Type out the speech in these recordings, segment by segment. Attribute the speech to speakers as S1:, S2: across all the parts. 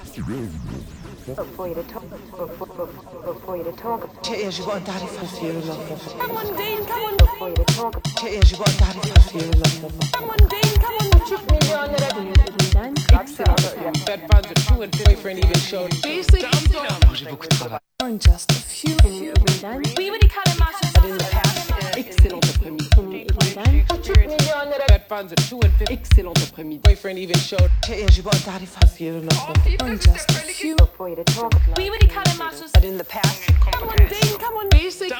S1: Before you to talk, before, before, before you to talk,
S2: Che er jibo antari fa firu la mama.
S3: Come on, Dean, come on,
S1: before you to talk,
S2: Che er jibo antari fa firu la mama.
S3: come on, Dean, come on. Buçuk milyon lira düğünden
S4: Bad buns are true and boyfriend even showed.
S3: düğünden Bibidik kalemasyon
S4: uh, Excellent après-midi.
S3: düğünden Buçuk milyon lira
S4: Bad buns are true and excellent après-midi. Boyfriend even showed.
S2: Che er jibo antari fa firu la mama.
S1: before you to talk,
S3: Bibidik kalemasyon
S5: in the past.
S3: Come on, Dean, come on. Basic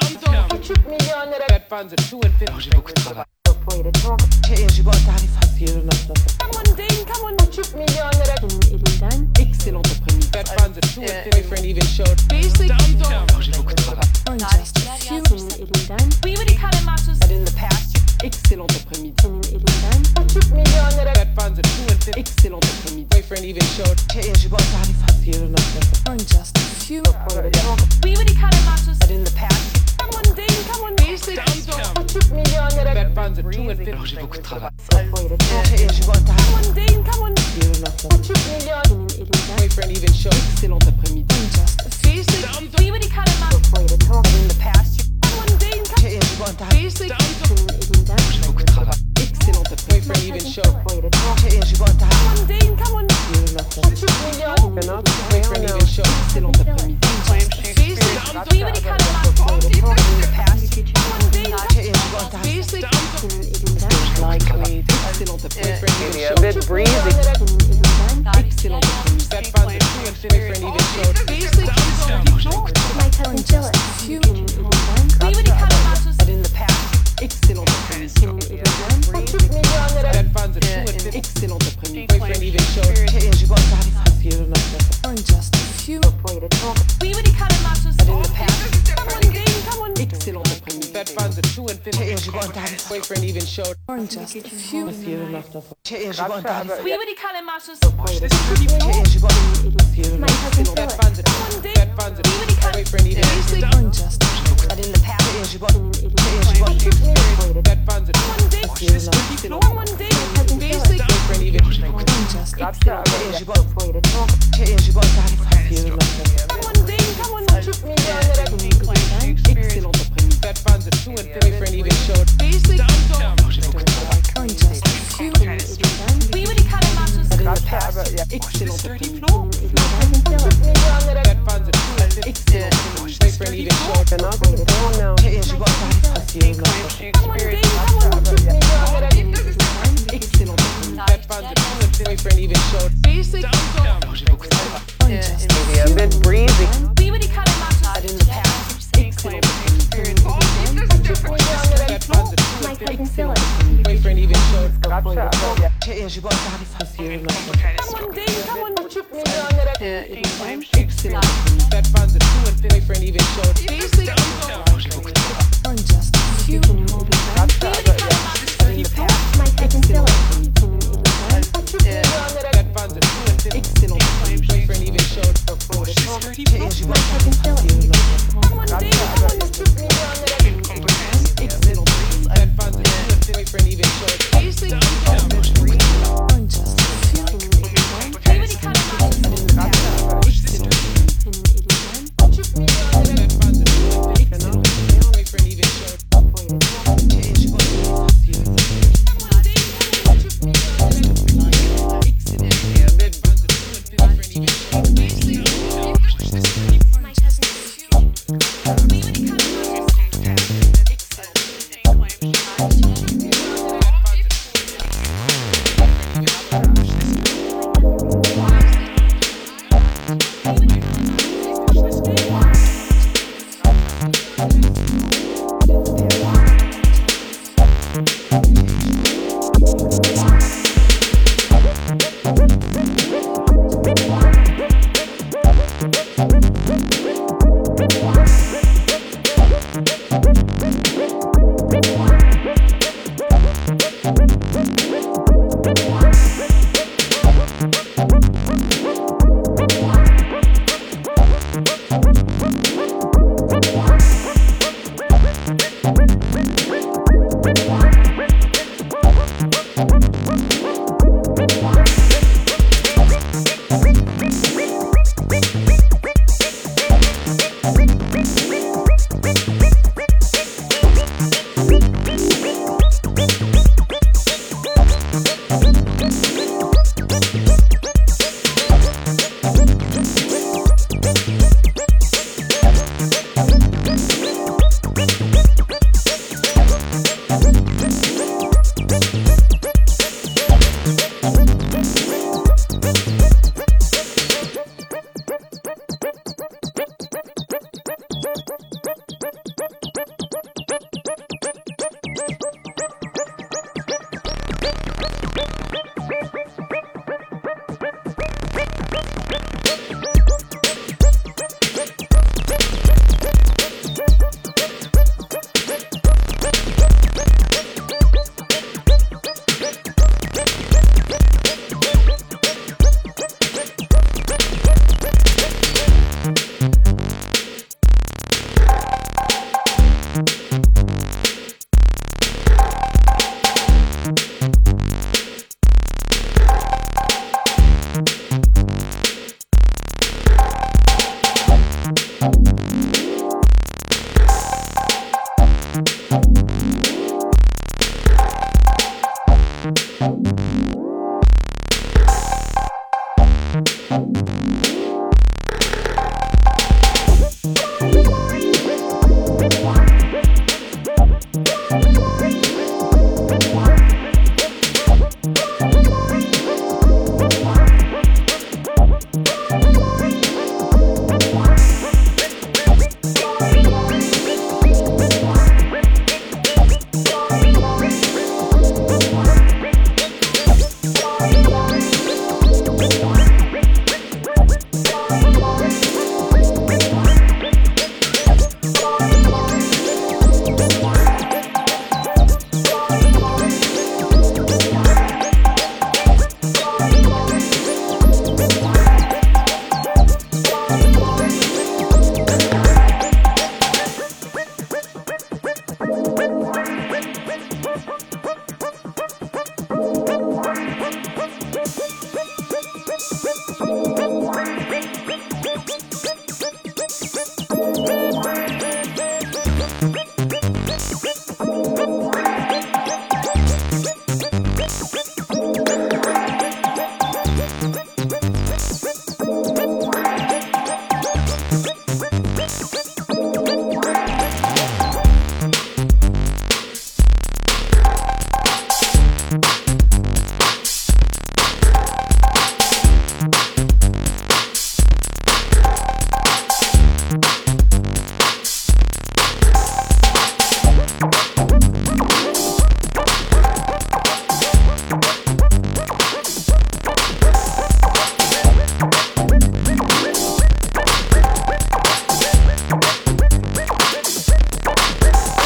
S3: Buçuk milyon lira
S4: Bad buns are true and
S1: before you to talk,
S2: Che er jibo antari fa firu la mama.
S3: Come on, Dean, come on. Buçuk milyon lira elinden
S4: excellent après-midi. Bad buns are true and boyfriend even showed.
S3: Basic
S6: Senin elinden,
S3: Bibidik kalemasyon
S5: In the past.
S4: Excellent après-midi.
S6: senin elinden,
S3: Buçuk milyon lira
S4: Bad buns are true and excellent après-midi. Boyfriend even showed.
S2: Che er jibo antari fa firu la mama.
S1: before you to talk,
S3: Bibidik kalemasyon
S5: In the past.
S3: Come on, Dean, come on. Basic Buçuk milyon lira
S4: Bad buns are true and
S1: before you to talk,
S2: Che er jibo antari
S3: Come on, Dean, come on.
S2: fa firu la mama.
S3: Buçuk milyon
S6: senin elinden,
S4: Boyfriend even showed. Excellent après-midi.
S3: Basic Bibidik kalemasyon
S1: before you to talk,
S5: In the past.
S3: Come on, Dean, come
S2: Che er jibo antari
S3: Basic
S6: senin elinden,
S4: Excellent après-midi. Boyfriend even showed.
S1: before you to talk,
S2: Che er jibo antari fa
S3: Come on, Dean, come on.
S2: firu la mama.
S3: Buçuk milyon
S4: Boyfriend even showed. Excellent après-midi.
S3: Basic Bibidik kalemasyon
S5: In the past.
S2: Che er jibo antari
S3: Basic
S6: senin elinden,
S4: Excellent après-midi. Boyfriend even showed.
S3: Bit breezy
S6: senin elinden,
S4: Excellent après-midi. Bad buns are true and boyfriend even showed.
S3: Basic
S6: senin elinden,
S3: Bibidik kalemasyon
S5: In the past.
S4: Excellent après-midi.
S6: senin elinden,
S3: Buçuk milyon lira
S4: Bad buns are true and excellent après-midi. Boyfriend even showed.
S2: Che er jibo antari fa firu la mama.
S1: before you to talk,
S3: Bibidik kalemasyon Come on, Dean, come on.
S4: Excellent après-midi. Bad buns are true and
S2: Che er jibo antari fa
S4: boyfriend even showed.
S2: firu la mama. Che er jibo antari fa
S3: Bibidik kalemasyon
S2: Che er jibo antari fa firu la mama.
S4: Bad buns are
S3: Come
S4: true.
S3: on, Dean.
S4: Bad buns are true. Boyfriend even showed.
S5: In the past.
S2: Che er jibo antari fa
S1: before you to
S4: Bad buns are
S3: Come
S4: true.
S3: on, Dean.
S2: firu la mama.
S3: Come on, Dean. Basic
S4: Boyfriend even showed.
S2: Che er jibo
S1: before you to talk,
S2: Che er jibo antari fa firu la mama.
S3: Come on, Dean, come on. Buçuk milyon lira
S4: Excellent après-midi. Bad buns are true and boyfriend even showed.
S3: Basic
S6: elinden,
S3: Bibidik kalemasyon
S4: Excellent après-midi.
S3: Buçuk milyon lira
S4: Bad buns are true and excellent après-midi. Boyfriend even showed.
S1: before you to talk,
S2: Che er jibo antari fa firu la mama.
S3: Come on, Dean, come on. Buçuk milyon lira
S4: Excellent après-midi. Bad buns are true and boyfriend even showed.
S3: Basic Bibidik kalemasyon
S5: In the past.
S4: Excellent Bad buns are true and excellent après-midi. Boyfriend even showed.
S1: before you to talk,
S2: Che er jibo antari fa firu la mama.
S3: Come on, Dean, come on. Buçuk milyon lira
S4: Excellent après-midi. Bad buns are true and boyfriend even showed.
S3: Basic
S6: senin
S3: Bibidik kalemasyon
S6: elinden, senin elinden,
S3: Buçuk milyon lira
S4: Bad buns are true and excellent après-midi. Boyfriend
S2: Che er jibo antari fa firu la mama.
S3: Come on, Dean, come on.
S4: even showed.
S3: Buçuk
S2: Che er jibo antari
S3: milyon lira Basic Bibidik kalemasyon Buçuk milyon lira
S6: senin elinden,
S4: Excellent après-midi. Bad buns are true and boyfriend even showed. Bad buns are true and excellent après-midi. Boyfriend even showed.
S2: fa firu la mama.
S3: Come on, Dean, come on. Buçuk milyon lira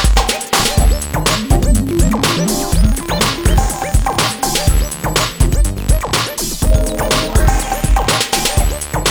S3: Thank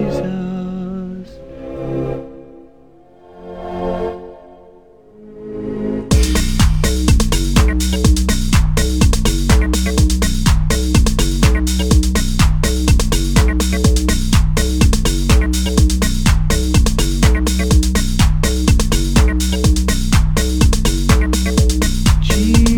S7: Jesus. Jesus.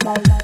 S8: Bye.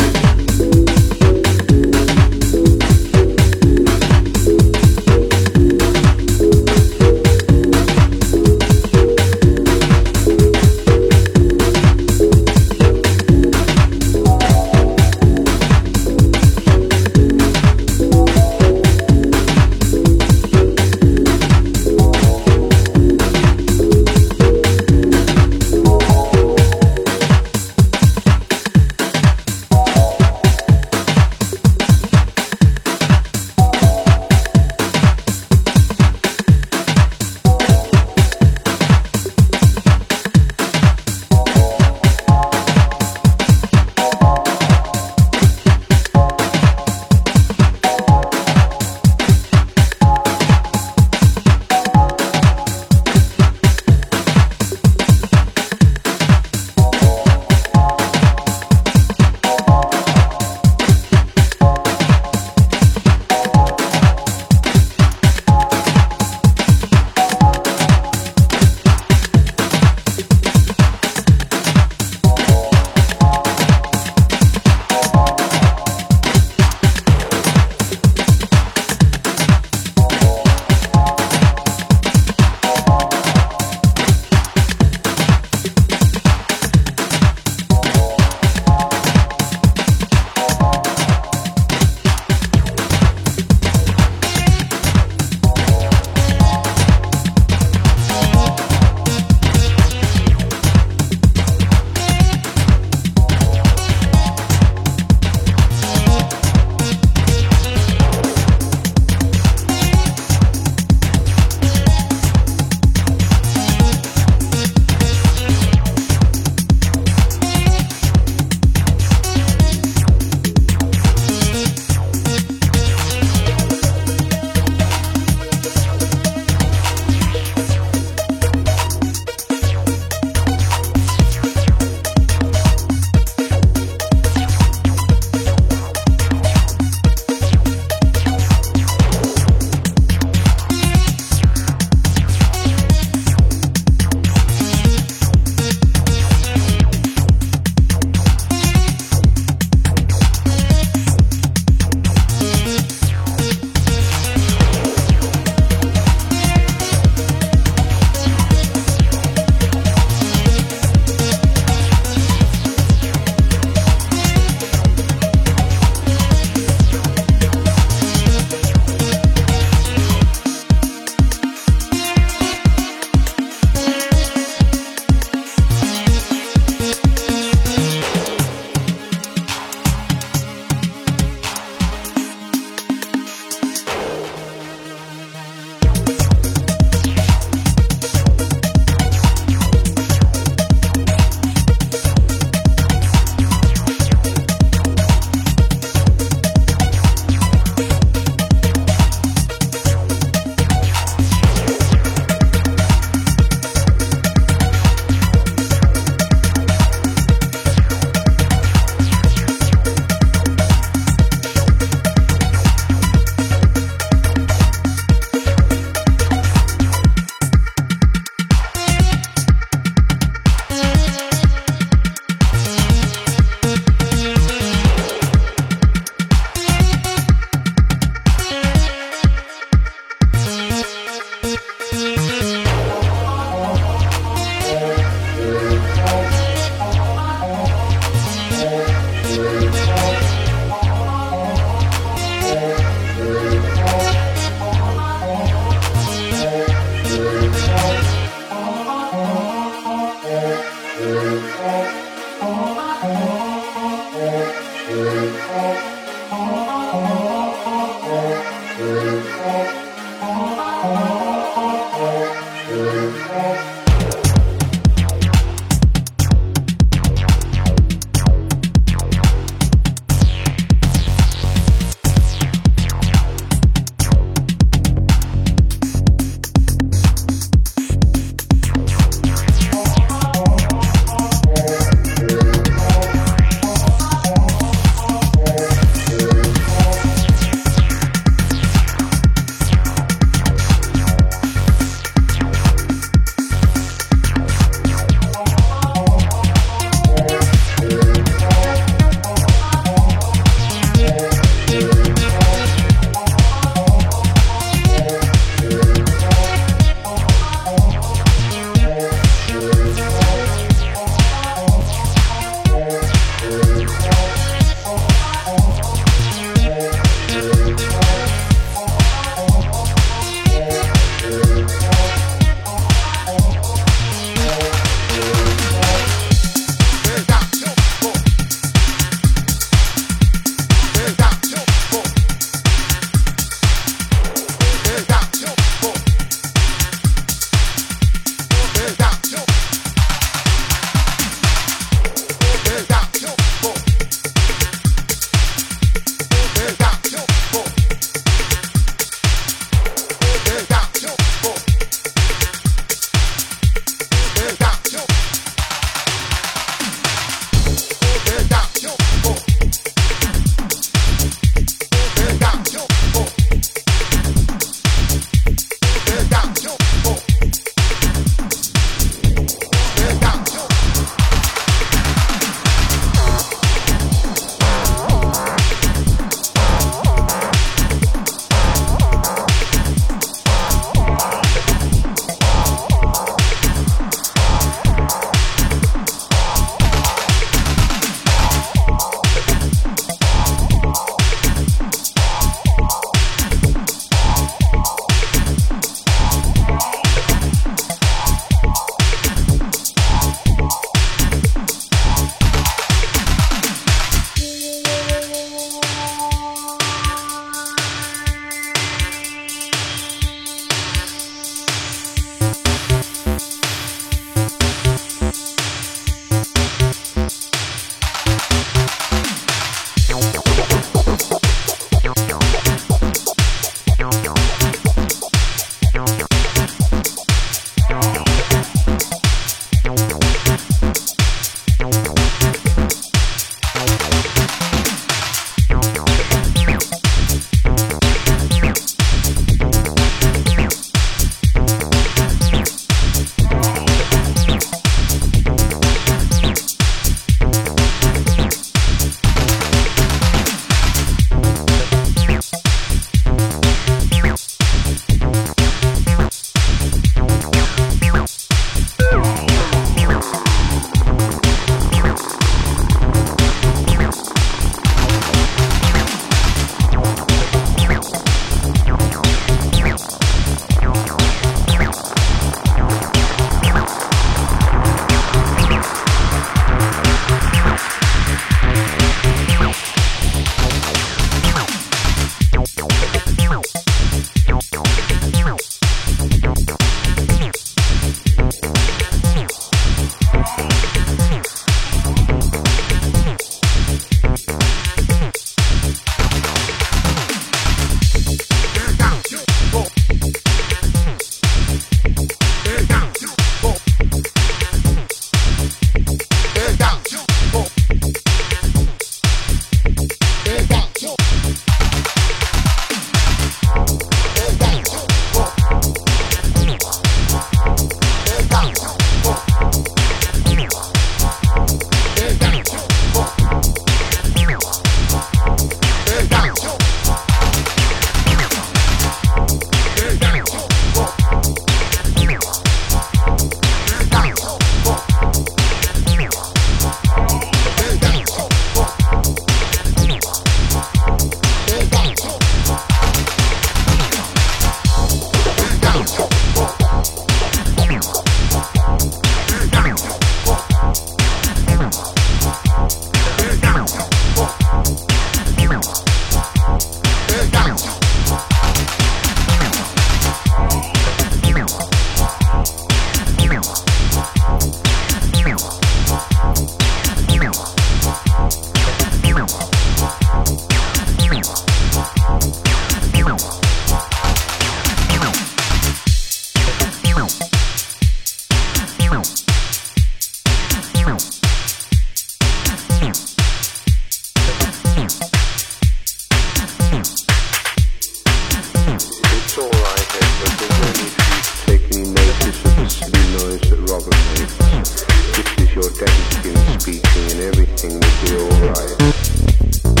S9: It's all right, Ed, but there's no need for you to take any notice of the silly noise that Robert makes. This is your daddy skin speaking, and everything will be all right.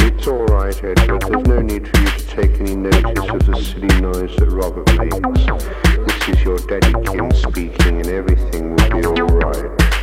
S8: It's alright, Edward. There's no need for you to take any notice of the silly noise that Robert makes. This is your daddy Kim speaking, and everything will be alright.